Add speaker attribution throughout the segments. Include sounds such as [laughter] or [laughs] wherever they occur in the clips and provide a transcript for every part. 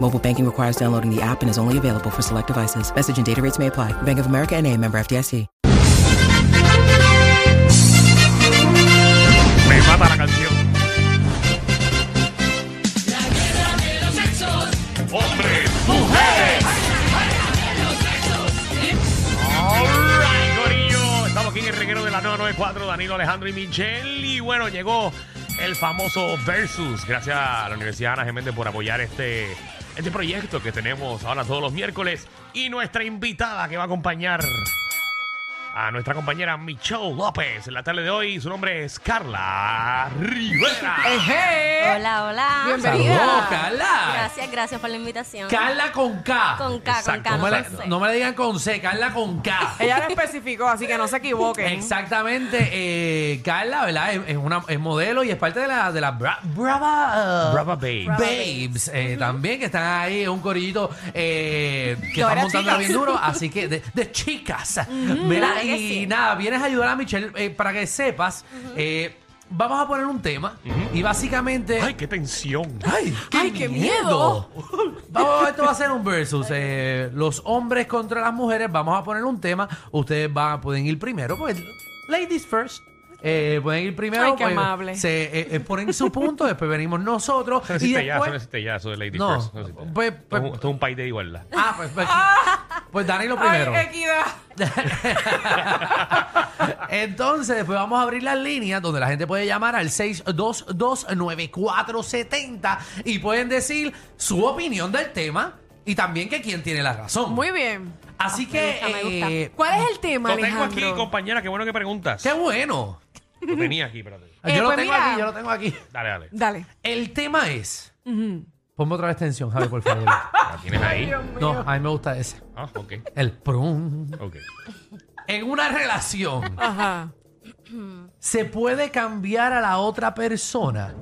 Speaker 1: Mobile banking requires downloading the app and is only available for select devices. Message and data rates may apply. Bank of America and a member FDIC.
Speaker 2: Me mata la canción. Hombres, mujeres. Alright, Corillo. Estamos aquí en el reguero de la 994, Danilo Alejandro y Michelle. Y bueno, llegó el famoso Versus. Gracias a la Universidad Ana Geméndez por apoyar este, este proyecto que tenemos ahora todos los miércoles. Y nuestra invitada que va a acompañar a nuestra compañera Michelle López en la tarde de hoy. Su nombre es Carla Rivera.
Speaker 3: Hola, hola.
Speaker 4: Bienvenida. Saludos, Carla.
Speaker 3: Gracias, gracias por la invitación.
Speaker 4: Carla con K.
Speaker 3: Con K, con
Speaker 4: Exacto.
Speaker 3: K,
Speaker 4: No me, la,
Speaker 3: con C.
Speaker 4: no me la digan con C, Carla con K.
Speaker 5: Ella lo especificó, así que no se equivoquen.
Speaker 4: Exactamente, eh, Carla, ¿verdad? Es, es una, es modelo y es parte de la, de la bra- Brava,
Speaker 2: Brava Babe.
Speaker 4: Babes eh, también, que están ahí, es un corillito eh, que
Speaker 5: Ahora
Speaker 4: están montando
Speaker 5: chicas.
Speaker 4: bien duro, así que de, de chicas. ¿verdad?
Speaker 3: claro que
Speaker 4: y
Speaker 3: sí.
Speaker 4: nada, vienes a ayudar a Michelle eh, para que sepas. eh, vamos a poner un tema y básicamente.
Speaker 2: Ay, qué tensión.
Speaker 4: ¡Ay, qué,
Speaker 5: ¡Ay, qué
Speaker 4: miedo! vamos, esto va a ser un versus. eh, los hombres contra las mujeres. Vamos a poner un tema. Ustedes van, pueden ir primero. Pues, ladies first. Eh, pueden ir primero.
Speaker 5: Ay, qué
Speaker 4: pues,
Speaker 5: amable.
Speaker 4: Se eh, eh, ponen su punto, después venimos nosotros.
Speaker 2: Eso no existe
Speaker 4: y
Speaker 2: ya, eso no
Speaker 4: después...
Speaker 2: existe ya, eso de Lady
Speaker 4: No,
Speaker 2: First. No existe.
Speaker 4: pues-
Speaker 2: Esto es
Speaker 4: pues-
Speaker 2: un- esto es un país de igualdad.
Speaker 4: Ah, pues, pues, pues Danilo primero.
Speaker 5: Ah. Ay, equidad.
Speaker 4: [laughs] Entonces, después vamos a abrir las líneas donde la gente puede llamar al 6229470 y pueden decir su opinión del tema y también que quién tiene la razón.
Speaker 5: Muy bien. Ah,
Speaker 4: Así que,
Speaker 3: gusta, me gusta.
Speaker 4: eh,
Speaker 5: ¿Cuál es el tema,
Speaker 2: Lo tengo
Speaker 5: Alejandro?
Speaker 2: aquí, compañera, qué bueno que preguntas.
Speaker 4: qué bueno.
Speaker 2: Lo tenía aquí, espérate.
Speaker 5: Eh,
Speaker 4: yo lo
Speaker 5: pues
Speaker 4: tengo
Speaker 5: mira.
Speaker 4: aquí, yo lo tengo aquí.
Speaker 2: Dale, dale.
Speaker 5: Dale.
Speaker 4: El tema es. Ponme otra vez tensión, Javi,
Speaker 5: [laughs]
Speaker 4: por favor.
Speaker 2: ¿La tienes ahí?
Speaker 4: no, a mí me gusta ese.
Speaker 2: Ah, ok.
Speaker 4: El prum.
Speaker 2: Ok.
Speaker 4: En una relación.
Speaker 5: Ajá.
Speaker 4: ¿Se puede cambiar a la otra persona?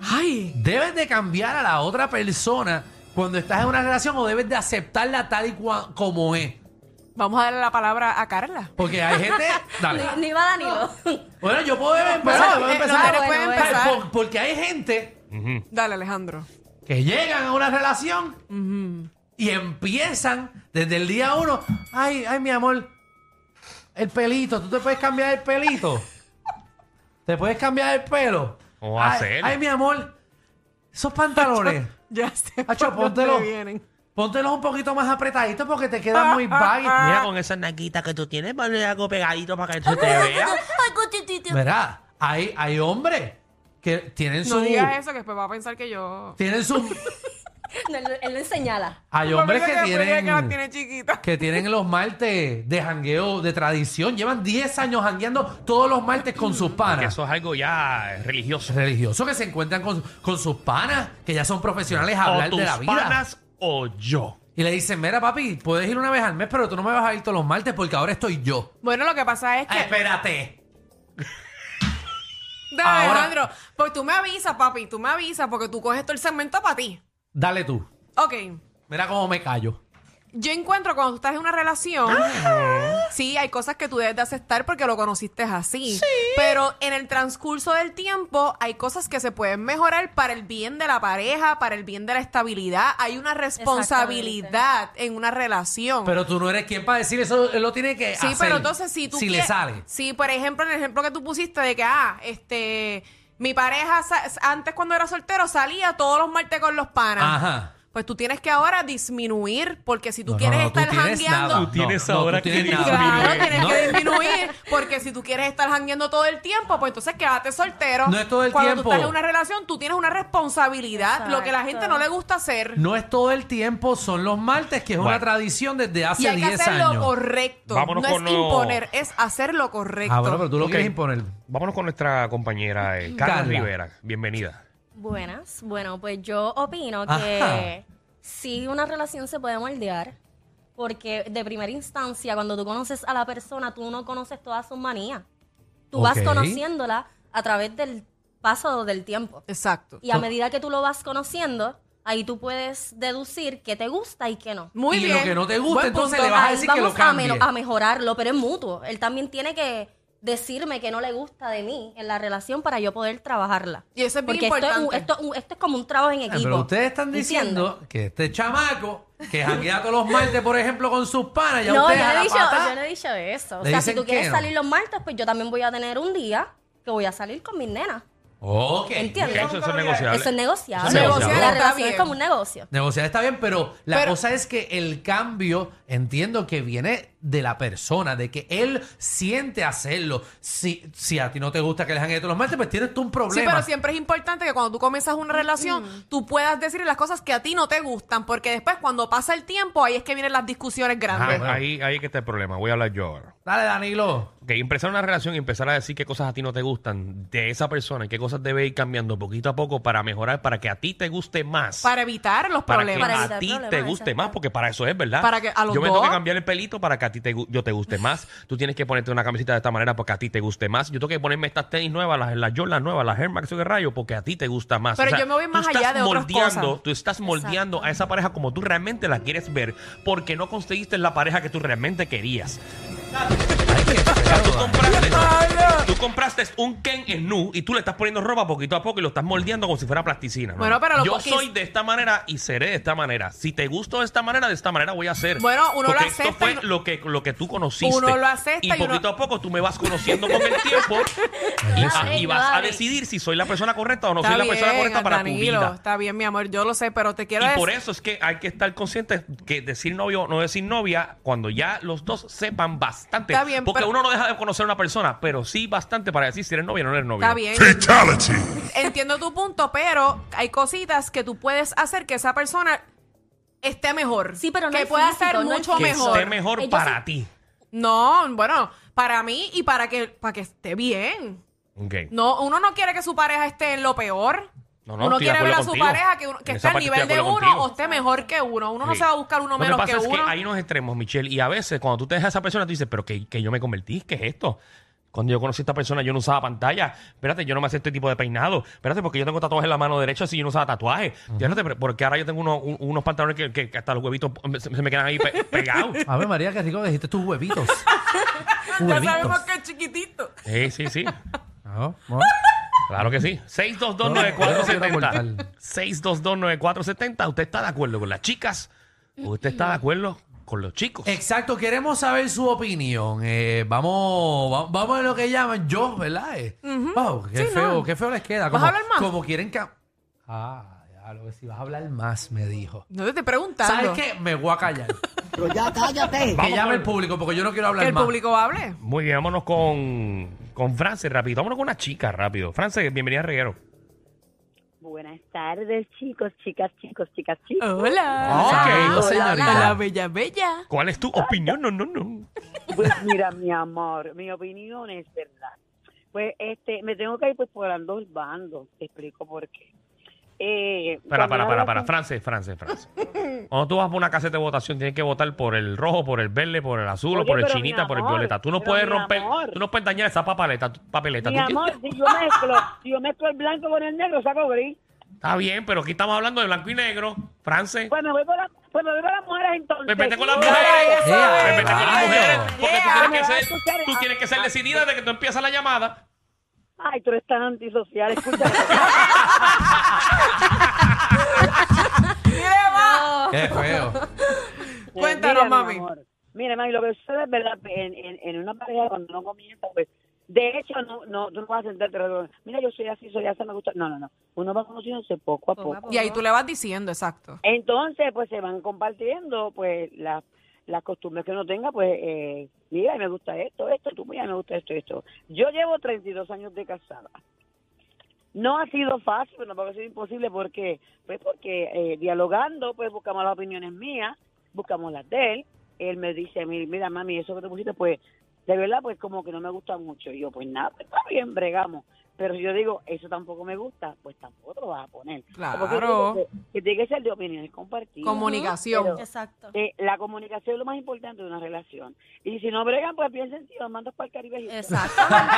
Speaker 5: Ay.
Speaker 4: ¿Debes de cambiar a la otra persona cuando estás en una relación o debes de aceptarla tal y cua- como es?
Speaker 5: Vamos a darle la palabra a Carla.
Speaker 4: Porque hay
Speaker 5: [laughs]
Speaker 4: gente... Dale.
Speaker 3: Ni, ni va Danilo.
Speaker 4: Bueno, yo puedo
Speaker 5: Bueno,
Speaker 4: empezar. puedo
Speaker 5: eh,
Speaker 4: empezar.
Speaker 5: los nenes pueden
Speaker 4: Por-
Speaker 5: empezar.
Speaker 4: por- porque hay gente
Speaker 5: Dale, Alejandro. [laughs]
Speaker 4: que llegan a una relación y empiezan desde el día uno. Ay, ay, mi amor, el pelito, tú te puedes cambiar el pelito. Te puedes cambiar el pelo.
Speaker 2: ¿Cómo va a
Speaker 4: Ay,
Speaker 2: ser?
Speaker 4: Ay, mi amor, esos pantalones,
Speaker 5: [laughs] Ya sé.
Speaker 4: Acho,
Speaker 5: por dónde
Speaker 4: póntelo.
Speaker 5: vienen.
Speaker 4: póntelos un poquito más apretaditos porque te
Speaker 5: [laughs]
Speaker 4: quedan muy baggy.
Speaker 2: Mira, con esa naquita que tú tienes, ponle algo pegadito para que se te vea.
Speaker 3: [laughs] Ay, cuchitito.
Speaker 4: Verá, hay, hay hombres que tienen su.
Speaker 5: No digas eso, que después va a pensar que yo. [laughs]
Speaker 4: Tienen su.
Speaker 3: No, él, él lo señala.
Speaker 4: Hay
Speaker 5: Va a
Speaker 4: hombres
Speaker 5: pensar
Speaker 4: que
Speaker 5: después diga
Speaker 4: tienen.
Speaker 5: que la tiene chiquita.
Speaker 4: que tienen los martes de jangueo de tradición. Llevan 10 años jangueando todos los martes con sus
Speaker 2: Que
Speaker 4: panas.
Speaker 2: eso es algo ya religioso.
Speaker 4: Religiosos que se encuentran con, con sus panas, que ya son profesionales a
Speaker 2: O
Speaker 4: hablar
Speaker 2: tus
Speaker 4: de la vida.
Speaker 2: panas o yo.
Speaker 4: Y le dicen, mira papi, puedes ir una vez al mes, pero tú no me vas a ir todos los martes porque ahora estoy yo.
Speaker 5: Bueno, lo que pasa es
Speaker 4: Ah,
Speaker 5: que.
Speaker 4: espérate.
Speaker 5: Dale,
Speaker 4: ahora-
Speaker 5: Alejandro. Pues tú me avisas, papi. Tú me avisas porque tú coges todo el segmento para ti.
Speaker 4: Dale tú.
Speaker 5: Ok.
Speaker 4: Mira cómo me callo.
Speaker 5: Yo encuentro cuando tú estás en una relación,
Speaker 4: Ah.
Speaker 5: sí, hay cosas que tú debes de aceptar porque lo conociste así. Pero en el transcurso del tiempo hay cosas que se pueden mejorar para el bien de la pareja, para el bien de la estabilidad. Hay una responsabilidad en una relación.
Speaker 4: Pero tú no eres quien para decir eso, él lo tiene que
Speaker 5: sí,
Speaker 4: hacer.
Speaker 5: pero entonces si tú
Speaker 4: Si le
Speaker 5: quie-
Speaker 4: sale.
Speaker 5: Sí, por ejemplo, en el ejemplo que tú pusiste de que, ah, este, mi pareja sa- antes cuando era soltero salía todos los martes con los panas.
Speaker 4: Ajá.
Speaker 5: pues tú tienes que ahora disminuir, porque si tú
Speaker 4: No, no,
Speaker 5: quieres
Speaker 4: no,
Speaker 5: estar
Speaker 4: tienes nada.
Speaker 5: jangueando.
Speaker 2: Tú tienes
Speaker 4: No, no,
Speaker 2: ahora
Speaker 4: tú tienes
Speaker 2: que
Speaker 4: nada.
Speaker 5: Claro,
Speaker 2: disminuir.
Speaker 5: tienes
Speaker 4: No.
Speaker 5: que disminuir, porque si tú quieres estar jangueando todo el tiempo, pues entonces quédate soltero.
Speaker 4: No es todo el
Speaker 5: Cuando
Speaker 4: tiempo.
Speaker 5: tú estás en una relación, tú tienes una responsabilidad, lo que la gente
Speaker 3: Exacto.
Speaker 5: no le gusta hacer.
Speaker 4: No es todo el tiempo, son los martes, que es
Speaker 2: Bueno.
Speaker 4: una tradición desde hace
Speaker 5: y hay que
Speaker 4: 10
Speaker 5: hacer lo
Speaker 4: años.
Speaker 5: correcto.
Speaker 2: Vámonos
Speaker 5: no es
Speaker 2: con lo-
Speaker 5: imponer, es hacer lo correcto.
Speaker 4: Ah, bueno, pero tú lo Ah,
Speaker 2: Ok.
Speaker 4: quieres imponer.
Speaker 2: Vámonos con nuestra compañera eh, Carla
Speaker 4: Carla.
Speaker 2: Rivera. Bienvenida.
Speaker 3: Buenas. Bueno, pues yo opino
Speaker 4: Ajá.
Speaker 3: que sí una relación se puede moldear. Porque de primera instancia, cuando tú conoces a la persona, tú no conoces todas sus manías. Tú
Speaker 4: Ok.
Speaker 3: vas conociéndola a través del paso del tiempo.
Speaker 5: Exacto.
Speaker 3: Y a medida que tú lo vas conociendo, ahí tú puedes deducir qué te gusta y qué no.
Speaker 5: Muy
Speaker 4: Y
Speaker 5: bien.
Speaker 4: lo que no te gusta,
Speaker 5: Buen
Speaker 4: entonces
Speaker 5: punto.
Speaker 4: le vas a
Speaker 3: Ahí
Speaker 4: decir que
Speaker 3: vamos
Speaker 4: lo cambie.
Speaker 3: a, meno- a mejorarlo, pero es mutuo. Él también tiene que decirme que no le gusta de mí en la relación para yo poder trabajarla.
Speaker 5: Y eso es bien
Speaker 3: Porque esto es, un-
Speaker 5: importante.
Speaker 3: esto, es un- esto es como un trabajo en
Speaker 4: Ah,
Speaker 3: equipo.
Speaker 4: Pero ustedes están diciendo
Speaker 3: ¿Entiendes?
Speaker 4: que este chamaco, que janguea todos los martes, por ejemplo, con sus panas, ya
Speaker 3: No,
Speaker 4: ustedes
Speaker 3: yo
Speaker 4: a
Speaker 3: no,
Speaker 4: la
Speaker 3: he dicho,
Speaker 4: patada.
Speaker 3: yo no he dicho eso. O
Speaker 4: Le
Speaker 3: sea, si
Speaker 4: dicen
Speaker 3: tú
Speaker 4: que
Speaker 3: quieres
Speaker 4: no.
Speaker 3: salir los martes, pues yo también voy a tener un día que voy a salir con mis nenas.
Speaker 4: Ok.
Speaker 3: Entiendo.
Speaker 2: Eso, eso es negociable.
Speaker 3: Eso es negociable.
Speaker 2: Eso es negociable.
Speaker 3: La
Speaker 5: Está
Speaker 3: relación es
Speaker 5: bien.
Speaker 3: como un negocio.
Speaker 4: Negociar está bien, pero la
Speaker 5: Pero-
Speaker 4: cosa es que el cambio, entiendo que viene de la persona, de que él siente hacerlo. Si, si a ti no te gusta que le janguee todos los martes, pues tienes tú un
Speaker 5: Sí,
Speaker 4: problema.
Speaker 5: pero siempre es importante que cuando tú comienzas una relación,
Speaker 3: Mm.
Speaker 5: tú puedas decir las cosas que a ti no te gustan, porque después cuando pasa el tiempo, ahí es que vienen las discusiones
Speaker 2: Ajá, pues,
Speaker 5: grandes.
Speaker 4: Ah, bueno.
Speaker 2: ahí, ahí que está el problema. Voy a hablar yo ahora.
Speaker 4: Dale, Danilo.
Speaker 2: Ok, empezar una relación y empezar a decir qué cosas a ti no te gustan de esa persona y qué cosas debes ir cambiando poquito a poco para mejorar, para que a ti te guste más.
Speaker 5: Para evitar los
Speaker 2: para que
Speaker 5: problemas.
Speaker 3: Para
Speaker 2: a
Speaker 3: evitar
Speaker 2: ti
Speaker 3: problemas,
Speaker 2: te guste
Speaker 3: exacto.
Speaker 2: más, porque para eso es, ¿verdad?
Speaker 5: Para que a los
Speaker 2: yo me
Speaker 5: dos.
Speaker 2: tengo que cambiar el pelito para que a ti te, gu- yo te guste más. Tú tienes que ponerte una camiseta de esta manera porque a ti te guste más. Yo tengo que ponerme estas tenis nuevas, las, las Jordan nuevas, las Air Max de rayo, porque a ti te gusta más.
Speaker 5: Pero yo me voy
Speaker 2: tú
Speaker 5: más allá
Speaker 2: estás
Speaker 5: de otras
Speaker 2: moldeando,
Speaker 5: cosas.
Speaker 2: Tú estás moldeando a esa pareja como tú realmente la quieres ver, porque no conseguiste la pareja que tú realmente querías. Tú compraste, tú compraste un Ken en nu y tú le estás poniendo ropa poquito a poco y lo estás moldeando como si fuera plasticina. ¿no?
Speaker 5: Bueno, pero lo
Speaker 2: Yo
Speaker 5: que-
Speaker 2: soy de esta manera y seré de esta manera. Si te gusto de esta manera, de esta manera voy a ser.
Speaker 5: Bueno, uno lo
Speaker 2: Porque
Speaker 5: acepta
Speaker 2: Esto fue
Speaker 5: y no-
Speaker 2: lo, que, lo que tú conociste.
Speaker 5: Uno lo acepta
Speaker 2: y
Speaker 5: y uno-
Speaker 2: poquito a poco tú me vas conociendo con el
Speaker 5: [laughs]
Speaker 2: tiempo y, a- y vas a decidir si soy la persona correcta o no
Speaker 5: Está
Speaker 2: soy la persona
Speaker 5: bien,
Speaker 2: correcta para
Speaker 5: Danilo,
Speaker 2: tu vida.
Speaker 5: Está bien, mi amor, yo lo sé, pero te quiero
Speaker 2: Y
Speaker 5: decir.
Speaker 2: por eso es que hay que estar conscientes que decir novio o no decir novia cuando ya los dos sepan bastante.
Speaker 5: Está bien,
Speaker 2: Porque
Speaker 5: pero-
Speaker 2: uno no deja de conocer a una persona, pero sí bastante para decir si eres novia o no eres novia.
Speaker 5: Está bien. Entiendo tu punto, pero hay cositas que tú puedes hacer que esa persona esté mejor.
Speaker 3: Sí, pero no
Speaker 5: Que
Speaker 3: es
Speaker 5: pueda
Speaker 3: físico,
Speaker 5: ser
Speaker 3: no es
Speaker 5: mucho
Speaker 2: Que
Speaker 5: mejor.
Speaker 2: esté mejor
Speaker 3: Ellos
Speaker 2: para
Speaker 3: sí-
Speaker 2: ti.
Speaker 5: No, bueno, para mí y para que, para que esté bien.
Speaker 2: Ok.
Speaker 5: No, uno no quiere que su pareja esté en lo peor.
Speaker 2: No, no,
Speaker 5: uno
Speaker 2: estoy de
Speaker 5: quiere ver a
Speaker 2: acuerdo
Speaker 5: su
Speaker 2: contigo.
Speaker 5: pareja que, uno- que
Speaker 2: En
Speaker 5: está
Speaker 2: esa
Speaker 5: al
Speaker 2: parte
Speaker 5: nivel
Speaker 2: estoy
Speaker 5: de
Speaker 2: de
Speaker 5: uno
Speaker 2: acuerdo
Speaker 5: o
Speaker 2: contigo.
Speaker 5: esté mejor que uno. Uno no
Speaker 2: Sí.
Speaker 5: se va a buscar uno
Speaker 2: Lo que
Speaker 5: menos
Speaker 2: pasa
Speaker 5: que,
Speaker 2: es que
Speaker 5: uno.
Speaker 2: hay unos extremos, Michelle, y a veces cuando tú te dejas a esa persona, tú dices, pero que, que yo me convertí, ¿qué es esto? Cuando yo conocí a esta persona, yo no usaba pantalla. Espérate, yo no me hacía este tipo de peinado. Espérate, porque yo tengo tatuajes en la mano derecha si yo no usaba tatuajes. Ya no te- porque ahora yo tengo uno- un- unos pantalones que, que- que hasta los huevitos se, se me quedan
Speaker 5: [laughs]
Speaker 2: ahí pe- pegados.
Speaker 4: A ver, María, qué rico que dijiste tus huevitos.
Speaker 5: Ya
Speaker 4: huevitos.
Speaker 5: sabemos que es chiquitito.
Speaker 2: Sí, sí, sí.
Speaker 4: Ah, no.
Speaker 2: Claro que sí.
Speaker 4: No, no
Speaker 2: 6229470.
Speaker 4: quiero
Speaker 2: 6229470. ¿Usted está de acuerdo con las chicas? ¿Usted está de acuerdo con los chicos?
Speaker 6: Eh.
Speaker 4: Exacto, queremos saber su opinión. Eh, vamos, va- vamos a lo que llaman yo, ¿verdad? Eh, wow, qué
Speaker 5: Sí,
Speaker 4: feo,
Speaker 5: no.
Speaker 4: qué feo les queda.
Speaker 5: ¿Vas a hablar más?
Speaker 4: Como quieren que... Ah, ya lo que si vas a hablar más, me dijo.
Speaker 5: No te estoy preguntando.
Speaker 4: ¿Sabes qué? Me voy a callar.
Speaker 7: Pero ya cállate.
Speaker 4: que llame el público, porque yo no quiero hablar
Speaker 5: Que el
Speaker 4: más.
Speaker 5: público hable.
Speaker 2: Muy bien, vámonos con, con France rápido. Vámonos con una chica rápido. France, bienvenida a Reguero.
Speaker 6: Buenas tardes, chicos, chicas, chicos, chicas, chicos. Ah,
Speaker 5: Hola.
Speaker 4: Ok, señorita.
Speaker 5: Hola, bella, bella.
Speaker 2: ¿Cuál es tu opinión? No, no, no.
Speaker 6: Pues mira, mi amor, mi opinión es verdad. Pues este, me tengo que ir pues por ambos bandos, te explico por qué. Eh,
Speaker 2: Para,
Speaker 6: cuando
Speaker 2: para,
Speaker 6: una
Speaker 2: para, para.
Speaker 6: relación-
Speaker 2: France, France, France. Cuando tú vas por una caseta de votación, tienes que votar por el rojo, por el verde, por el azul, o
Speaker 6: Oye,
Speaker 2: por el
Speaker 6: pero mi
Speaker 2: chinita, por el
Speaker 6: amor,
Speaker 2: violeta. Tú no
Speaker 6: pero
Speaker 2: puedes
Speaker 6: mi
Speaker 2: romper,
Speaker 6: amor.
Speaker 2: tú no puedes dañar esa papeleta. papeleta.
Speaker 6: Mi
Speaker 2: Tú-
Speaker 6: amor, si yo mezclo, si yo mezclo el blanco con el negro, saco gris.
Speaker 2: Está bien, pero aquí estamos hablando de blanco y negro. France.
Speaker 6: Pues me voy por, la- pues me voy por las mujeres entonces.
Speaker 2: Me vete con las
Speaker 6: Ay,
Speaker 2: mujeres.
Speaker 4: eso es.
Speaker 2: Me vete con las
Speaker 4: Claro.
Speaker 2: mujeres. Porque tú tienes
Speaker 6: Me
Speaker 2: que
Speaker 6: va a
Speaker 2: ser,
Speaker 6: escuchar.
Speaker 2: tú tienes que ser decidida desde que tú empiezas la llamada.
Speaker 6: Ay, tú eres tan antisocial, escúchame.
Speaker 5: Mira, va.
Speaker 4: Qué
Speaker 5: [laughs]
Speaker 4: feo.
Speaker 6: Eh,
Speaker 5: Cuéntanos,
Speaker 6: mira, mi
Speaker 5: mami.
Speaker 6: amor. Mira, mami, lo que sucede es verdad, en, en, en una pareja cuando uno comienza, pues De hecho, no, no, tú no vas a sentarte alrededor. Mira, yo soy así, soy así, me gusta. No, no, no. Uno va conociéndose poco a
Speaker 3: Poco a
Speaker 6: poco.
Speaker 3: poco.
Speaker 5: Y ahí tú le vas diciendo, exacto.
Speaker 6: Entonces, pues se van compartiendo, pues las las costumbres que uno tenga, pues, eh, mira, me gusta esto, esto, tú mira, me gusta esto, esto. Yo llevo 32 años de casada. No ha sido fácil, pero tampoco ha sido imposible, porque Pues porque eh, dialogando, pues buscamos las opiniones mías, buscamos las de él. Él me dice, mi- mira, mami, eso que te pusiste, pues, de verdad, pues como que no me gusta mucho. Y yo, pues nada, pues está bien, bregamos. Pero si yo digo, eso tampoco me gusta, pues tampoco te lo vas a poner.
Speaker 5: Claro.
Speaker 6: Porque yo digo Que, que tiene que ser de opiniones compartidas.
Speaker 5: Comunicación.
Speaker 6: Pero-
Speaker 3: Exacto.
Speaker 6: Eh, la comunicación es lo más importante de una relación. Y si no bregan, pues piensen si los mandas para el Caribe.
Speaker 3: Eh.
Speaker 6: y-
Speaker 3: Exactamente.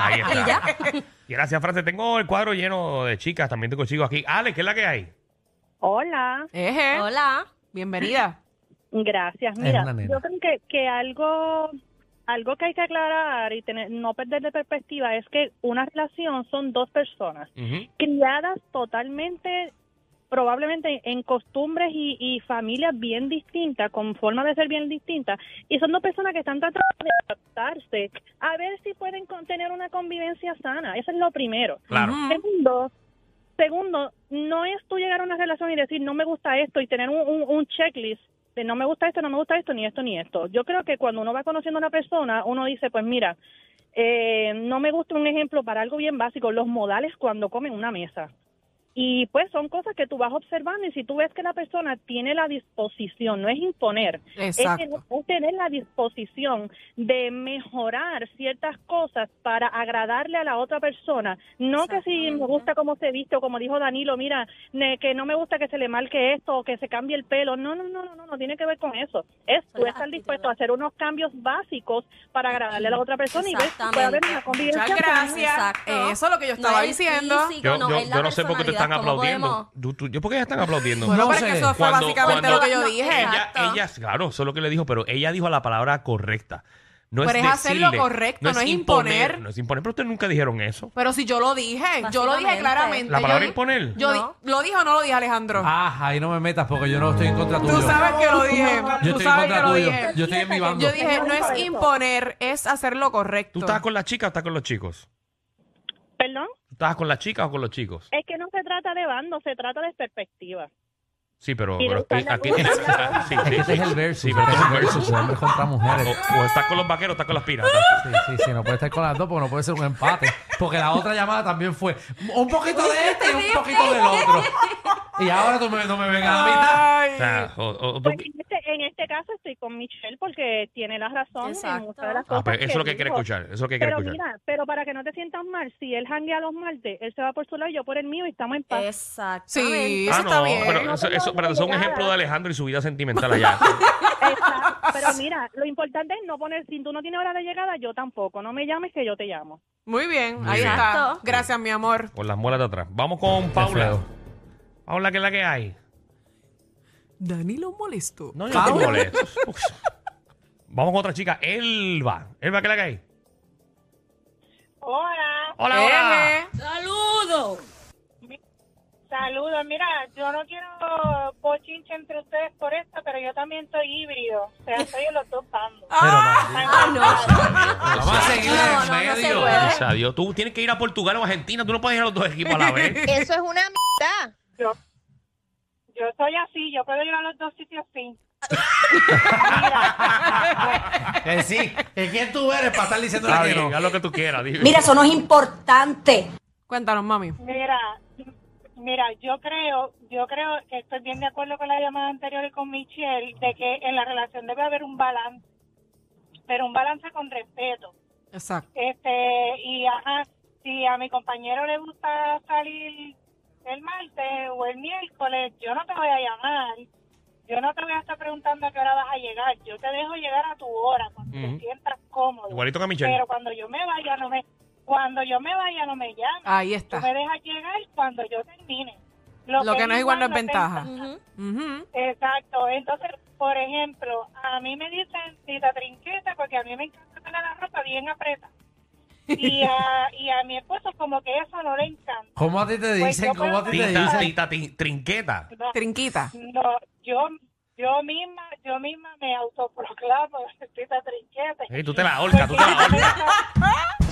Speaker 2: Ahí
Speaker 3: y
Speaker 2: está.
Speaker 3: ya.
Speaker 2: Gracias, Fran. Te Tengo el cuadro lleno de chicas. También tengo chicos aquí. Ale, ¿qué es la que hay?
Speaker 7: Hola,
Speaker 5: Eje.
Speaker 3: Hola.
Speaker 5: Bienvenida.
Speaker 7: gracias.
Speaker 4: Es
Speaker 7: Mira,
Speaker 4: una nena.
Speaker 7: yo creo que, que algo, algo que hay que aclarar y tener, no perder de perspectiva es que una relación son dos personas
Speaker 2: Ujú.
Speaker 7: criadas totalmente, probablemente en costumbres y, y familias bien distintas, con formas de ser bien distintas, y son dos personas que están tratando de adaptarse a ver si pueden con- tener una convivencia sana. Eso es lo primero.
Speaker 2: Claro.
Speaker 5: Ujú.
Speaker 7: Segundo, segundo, no es tú llegar a una relación y decir no me gusta esto y tener un, un- un checklist de no me gusta esto, no me gusta esto, ni esto, ni esto. Yo creo que cuando uno va conociendo a una persona, uno dice, pues mira, eh, no me gusta un ejemplo para algo bien básico, los modales cuando comen una mesa. Y pues son cosas que tú vas observando y si tú ves que la persona tiene la disposición, no es imponer, es tener,
Speaker 5: Exacto.
Speaker 7: es tener la disposición de mejorar ciertas cosas para agradarle a la otra persona. No que si me
Speaker 3: Exactamente.
Speaker 7: gusta cómo se viste o como dijo Danilo, mira, ne- que no me gusta que se le marque esto o que se cambie el pelo. No, no, no, no, no, no tiene que ver con eso. Es
Speaker 3: Son
Speaker 7: tú
Speaker 3: las
Speaker 7: estar dispuesto a
Speaker 3: actitudes.
Speaker 7: hacer unos cambios básicos para agradarle a la otra persona y ver si puede haber una
Speaker 3: Exactamente.
Speaker 7: convivencia.
Speaker 5: Muchas
Speaker 7: sana.
Speaker 5: gracias.
Speaker 3: Exacto.
Speaker 5: Eso es lo que yo
Speaker 3: No
Speaker 5: estaba
Speaker 3: es el
Speaker 5: diciendo.
Speaker 3: físico,
Speaker 2: Yo, yo-
Speaker 3: es la
Speaker 2: yo no sé por qué te están
Speaker 3: personalidad. ¿Cómo
Speaker 2: aplaudiendo.
Speaker 3: podemos?
Speaker 2: ¿Tú, tú- yo por qué ellas están aplaudiendo?
Speaker 5: Bueno,
Speaker 4: No
Speaker 5: pero
Speaker 4: sé.
Speaker 5: es que eso fue
Speaker 2: Cuando-
Speaker 5: básicamente
Speaker 2: cuando-
Speaker 5: lo que yo
Speaker 3: No,
Speaker 5: dije.
Speaker 2: ella,
Speaker 3: Exacto.
Speaker 2: ella- claro, eso es lo que le dijo, pero ella dijo la palabra correcta. No
Speaker 5: Pero
Speaker 2: es,
Speaker 5: es hacer lo
Speaker 2: decirle,
Speaker 5: correcto, no es imponer.
Speaker 2: No es imponer, pero ustedes nunca dijeron eso.
Speaker 5: Pero si yo lo dije, yo lo dije
Speaker 3: Básicamente.
Speaker 5: claramente.
Speaker 2: La palabra
Speaker 5: yo,
Speaker 2: imponer.
Speaker 5: yo
Speaker 3: No.
Speaker 5: di- ¿Lo dije o no lo dije, Alejandro?
Speaker 4: Ajá, ahí no me metas porque Ah, yo no estoy en contra tuyo.
Speaker 5: Tú sabes que lo dije.
Speaker 4: Yo
Speaker 5: Tú
Speaker 4: estoy en
Speaker 5: sabes que
Speaker 4: contra
Speaker 5: lo
Speaker 4: tuyo.
Speaker 5: dije.
Speaker 4: Yo estoy en mi bando.
Speaker 5: Yo dije, no es imponer, es hacer lo correcto.
Speaker 2: ¿Tú estabas con las chicas o estás con los chicos?
Speaker 7: Perdón,
Speaker 2: ¿Tú estabas con las chicas o con los chicos?
Speaker 7: es que no se trata de bando, se trata de perspectiva.
Speaker 2: Sí, pero,
Speaker 7: Y
Speaker 2: pero
Speaker 7: de
Speaker 2: estoy- aquí. [laughs] sí,
Speaker 4: Es
Speaker 2: sí,
Speaker 4: que este es
Speaker 2: sí.
Speaker 4: el versus.
Speaker 2: Sí, pero
Speaker 4: este
Speaker 2: tú
Speaker 4: es el
Speaker 2: eres versus.
Speaker 4: versus. Hombres contra mujeres.
Speaker 2: O, o estás con los vaqueros o estás con las piratas.
Speaker 4: Sí, sí, sí. No puede estar con las dos porque no puede ser un empate. Porque la otra llamada también fue un poquito de este y un poquito
Speaker 3: [laughs]
Speaker 4: del otro. Y ahora tú me- no me vengas a la mitad.
Speaker 2: O
Speaker 5: Ay.
Speaker 2: sea, o- o- o-
Speaker 7: Pues en este, en este caso estoy con Michelle porque tiene la razón
Speaker 3: Exacto.
Speaker 7: en muchas de las cosas.
Speaker 2: Ah, pues eso es lo que quiere
Speaker 7: dijo.
Speaker 2: escuchar. Eso es lo que quiere
Speaker 7: Pero
Speaker 2: escuchar. Ah,
Speaker 7: mira, pero para que no te sientas mal, si él janguea los martes, él se va por su lado y yo por el mío y estamos en
Speaker 3: Eh.
Speaker 7: paz.
Speaker 3: Exactamente.
Speaker 5: Sí.
Speaker 2: Ah,
Speaker 5: eso está
Speaker 2: no,
Speaker 5: bien.
Speaker 2: pero
Speaker 7: No
Speaker 2: eso,
Speaker 7: te
Speaker 2: eso,
Speaker 7: lo
Speaker 2: pero eso es un
Speaker 7: niegas.
Speaker 2: ejemplo de Alejandro y su vida sentimental allá. [laughs]
Speaker 7: Exacto. Pero mira, lo importante es no poner, si tú no tienes hora de llegada, yo tampoco. No me llames que yo te llamo.
Speaker 5: Muy bien,
Speaker 2: Muy
Speaker 5: ahí
Speaker 2: bien.
Speaker 5: está.
Speaker 3: Exacto.
Speaker 5: Gracias, mi amor.
Speaker 2: Con las muelas de atrás. Vamos con
Speaker 4: Qué
Speaker 2: Paula.
Speaker 4: feo.
Speaker 2: Paula, ¿qué es la que hay?
Speaker 5: Danilo molesto.
Speaker 2: No, yo
Speaker 4: Paula.
Speaker 2: no te molesto. Uf. Vamos con otra chica, Elba. Elba, ¿qué es la que hay?
Speaker 8: Hola,
Speaker 2: Hola, hola.
Speaker 8: saludos. Mira, yo no quiero bochinche entre ustedes por esto, pero yo también soy híbrido. O sea, soy de los dos bandos.
Speaker 4: Pero, maldita.
Speaker 8: Ah,
Speaker 4: Vamos a seguir
Speaker 3: No, no,
Speaker 4: en
Speaker 3: no se
Speaker 4: medio.
Speaker 3: puede.
Speaker 2: Gracias a Dios. Tú tienes que ir a Portugal o Argentina. Tú no puedes ir a los dos equipos a la
Speaker 3: [laughs]
Speaker 2: vez.
Speaker 9: Eso es una mitad.
Speaker 8: Yo, yo soy así, yo puedo ir a los dos sitios sí.
Speaker 4: Que sí, que quién tú eres para estar diciéndole
Speaker 2: Está
Speaker 4: que no.
Speaker 2: bien, haz lo que tú quieras. dime.
Speaker 10: Mira, eso no es importante.
Speaker 5: Cuéntanos, mami.
Speaker 8: Mira, mira, yo creo, yo creo que estoy bien de acuerdo con la llamada anterior y con Michelle de que en la relación debe haber un balance, pero un balance con respeto.
Speaker 5: Exacto.
Speaker 8: este y ajá si a mi compañero le gusta salir el martes o el miércoles yo no te voy a llamar yo no te voy a estar preguntando a qué hora vas a llegar yo te dejo llegar a tu hora cuando
Speaker 2: Ujú.
Speaker 8: te sientas cómodo
Speaker 2: Igualito que a Michelle.
Speaker 8: pero cuando yo me vaya no me cuando yo me vaya no me llames
Speaker 5: Ahí
Speaker 8: tú
Speaker 5: está.
Speaker 8: me dejas llegar cuando yo termine
Speaker 5: Ah. Lo que no es igual no es
Speaker 8: te
Speaker 5: ventaja.
Speaker 8: encanta.
Speaker 3: Ujú.
Speaker 5: Ujú.
Speaker 8: Exacto, entonces, por ejemplo, a mí me dicen tita trinqueta porque a mí me encanta tener la ropa bien apretada. Y a, y a mi esposo como que eso no le encanta.
Speaker 4: ¿Cómo a ti te
Speaker 8: Pues
Speaker 4: dicen?
Speaker 8: yo
Speaker 4: ¿Cómo a ti te
Speaker 2: Tita,
Speaker 4: dicen?
Speaker 2: tita, tin- trinqueta.
Speaker 8: No,
Speaker 5: Trinquita.
Speaker 8: no, yo yo misma yo [laughs] misma me autoproclamo tita trinqueta.
Speaker 2: Ey, tú te la holcas, tú te la holcas.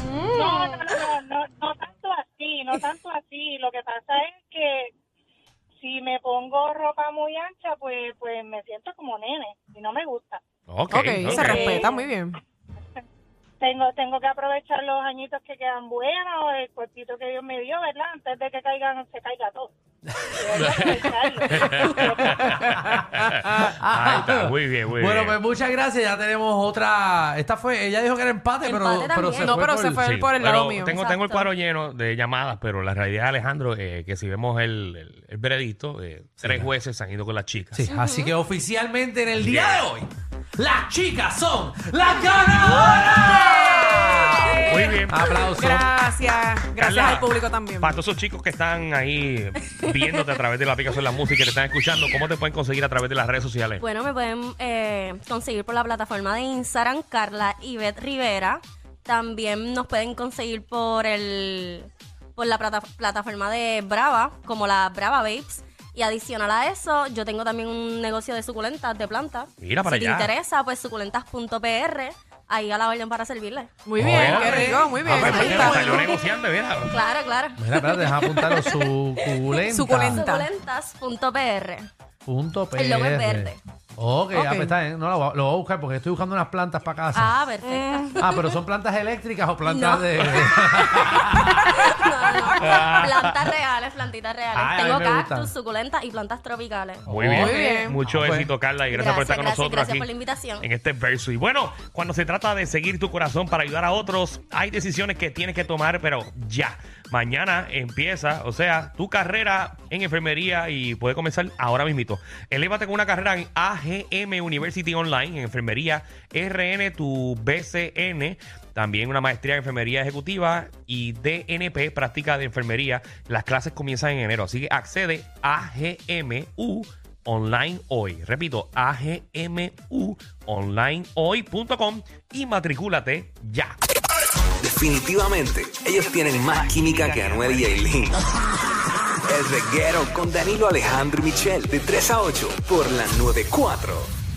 Speaker 8: [laughs] No, no, no, no, no tanto así, no tanto así. Lo que pasa es que si me pongo ropa muy ancha, pues, pues me siento como nene y no me gusta.
Speaker 2: Ok,
Speaker 5: ok, se
Speaker 2: ok.
Speaker 5: respeta muy bien.
Speaker 8: Tengo, tengo que aprovechar los añitos que quedan buenos, el cuerpito que Dios me dio, ¿verdad? Antes de que caigan, se caiga todo. Tengo que aprovecharlo.
Speaker 2: [laughs] Ahí está, muy bien, muy
Speaker 4: bueno,
Speaker 2: bien.
Speaker 4: pues muchas gracias. Ya tenemos otra. Esta fue. Ella dijo que era empate,
Speaker 3: Empate
Speaker 4: pero, pero
Speaker 3: también.
Speaker 4: se
Speaker 5: No,
Speaker 4: fue
Speaker 5: pero
Speaker 4: por-
Speaker 5: se fue
Speaker 2: Sí,
Speaker 5: el- por el
Speaker 2: pero
Speaker 5: lado mío.
Speaker 2: Tengo, tengo el
Speaker 3: Exacto.
Speaker 2: cuadro lleno de llamadas, pero la realidad, Alejandro, eh, que si vemos el, el, el veredicto, eh, tres jueces se han ido con las chicas.
Speaker 4: Sí, así que oficialmente en el día de hoy, las chicas son las ganadoras.
Speaker 2: Muy bien.
Speaker 4: Aplausos.
Speaker 5: Gracias, gracias
Speaker 2: Carla,
Speaker 5: al público también.
Speaker 2: Para todos esos chicos que están ahí viéndote a través de la aplicación La Música, que te están escuchando, ¿cómo te pueden conseguir a través de las redes sociales?
Speaker 3: Bueno, me pueden eh, conseguir por la plataforma de Instagram, Carla Ivette Rivera. También nos pueden conseguir por el por la plata- plataforma de Brava, como la Brava Vapes. Y adicional a eso, yo tengo también un negocio de suculentas, de plantas.
Speaker 2: Mira para
Speaker 3: si
Speaker 2: allá.
Speaker 3: te interesa, pues suculentas.pr. Ahí a la orden para servirle.
Speaker 5: Muy bien,
Speaker 2: Joder.
Speaker 5: qué rico, muy bien.
Speaker 2: Ah, pues,
Speaker 5: ahí
Speaker 2: mira,
Speaker 5: está.
Speaker 2: salió negociante, mira.
Speaker 3: Claro, claro.
Speaker 4: Mira, espérate, deja apuntar los suculentas.
Speaker 5: Suculenta.
Speaker 3: Suculentas.pr.
Speaker 4: Punto PR.
Speaker 3: El logo es verde.
Speaker 4: Ok, ah,
Speaker 5: Ok.
Speaker 4: pues está bien. No, lo, voy a- lo voy a buscar porque estoy buscando unas plantas para casa.
Speaker 3: Ah, perfecto.
Speaker 4: Ah, pero son plantas eléctricas o plantas
Speaker 3: [laughs] No.
Speaker 4: de.
Speaker 3: No, no. Plantas reales, plantitas reales.
Speaker 4: Ay, a mí
Speaker 3: Tengo
Speaker 4: me
Speaker 3: cactus,
Speaker 4: gustan.
Speaker 3: suculentas y plantas tropicales.
Speaker 2: Muy
Speaker 4: Oh,
Speaker 2: bien.
Speaker 5: muy bien.
Speaker 2: Mucho
Speaker 4: Ah, pues.
Speaker 2: éxito, Carla, y gracias, por estar con
Speaker 3: gracias,
Speaker 2: nosotros
Speaker 3: gracias
Speaker 2: aquí.
Speaker 3: por la invitación.
Speaker 2: En este verso. Y bueno, cuando se trata de seguir tu corazón para ayudar a otros, hay decisiones que tienes que tomar, pero ya. Mañana empieza, o sea, tu carrera en enfermería y puede comenzar ahora mismito. Elévate con una carrera en AGM University Online, en enfermería, RN, tu BCN, también una maestría en enfermería ejecutiva y DNP, práctica de enfermería. Las clases comienzan en enero, así que accede a AGMU online hoy. Repito, agmuonlinehoy.com y matricúlate ya.
Speaker 9: Definitivamente, ellos tienen más química que Anuel y Aileen. El reguero con Danilo Alejandro y Michel de 3 a 8 por la 94.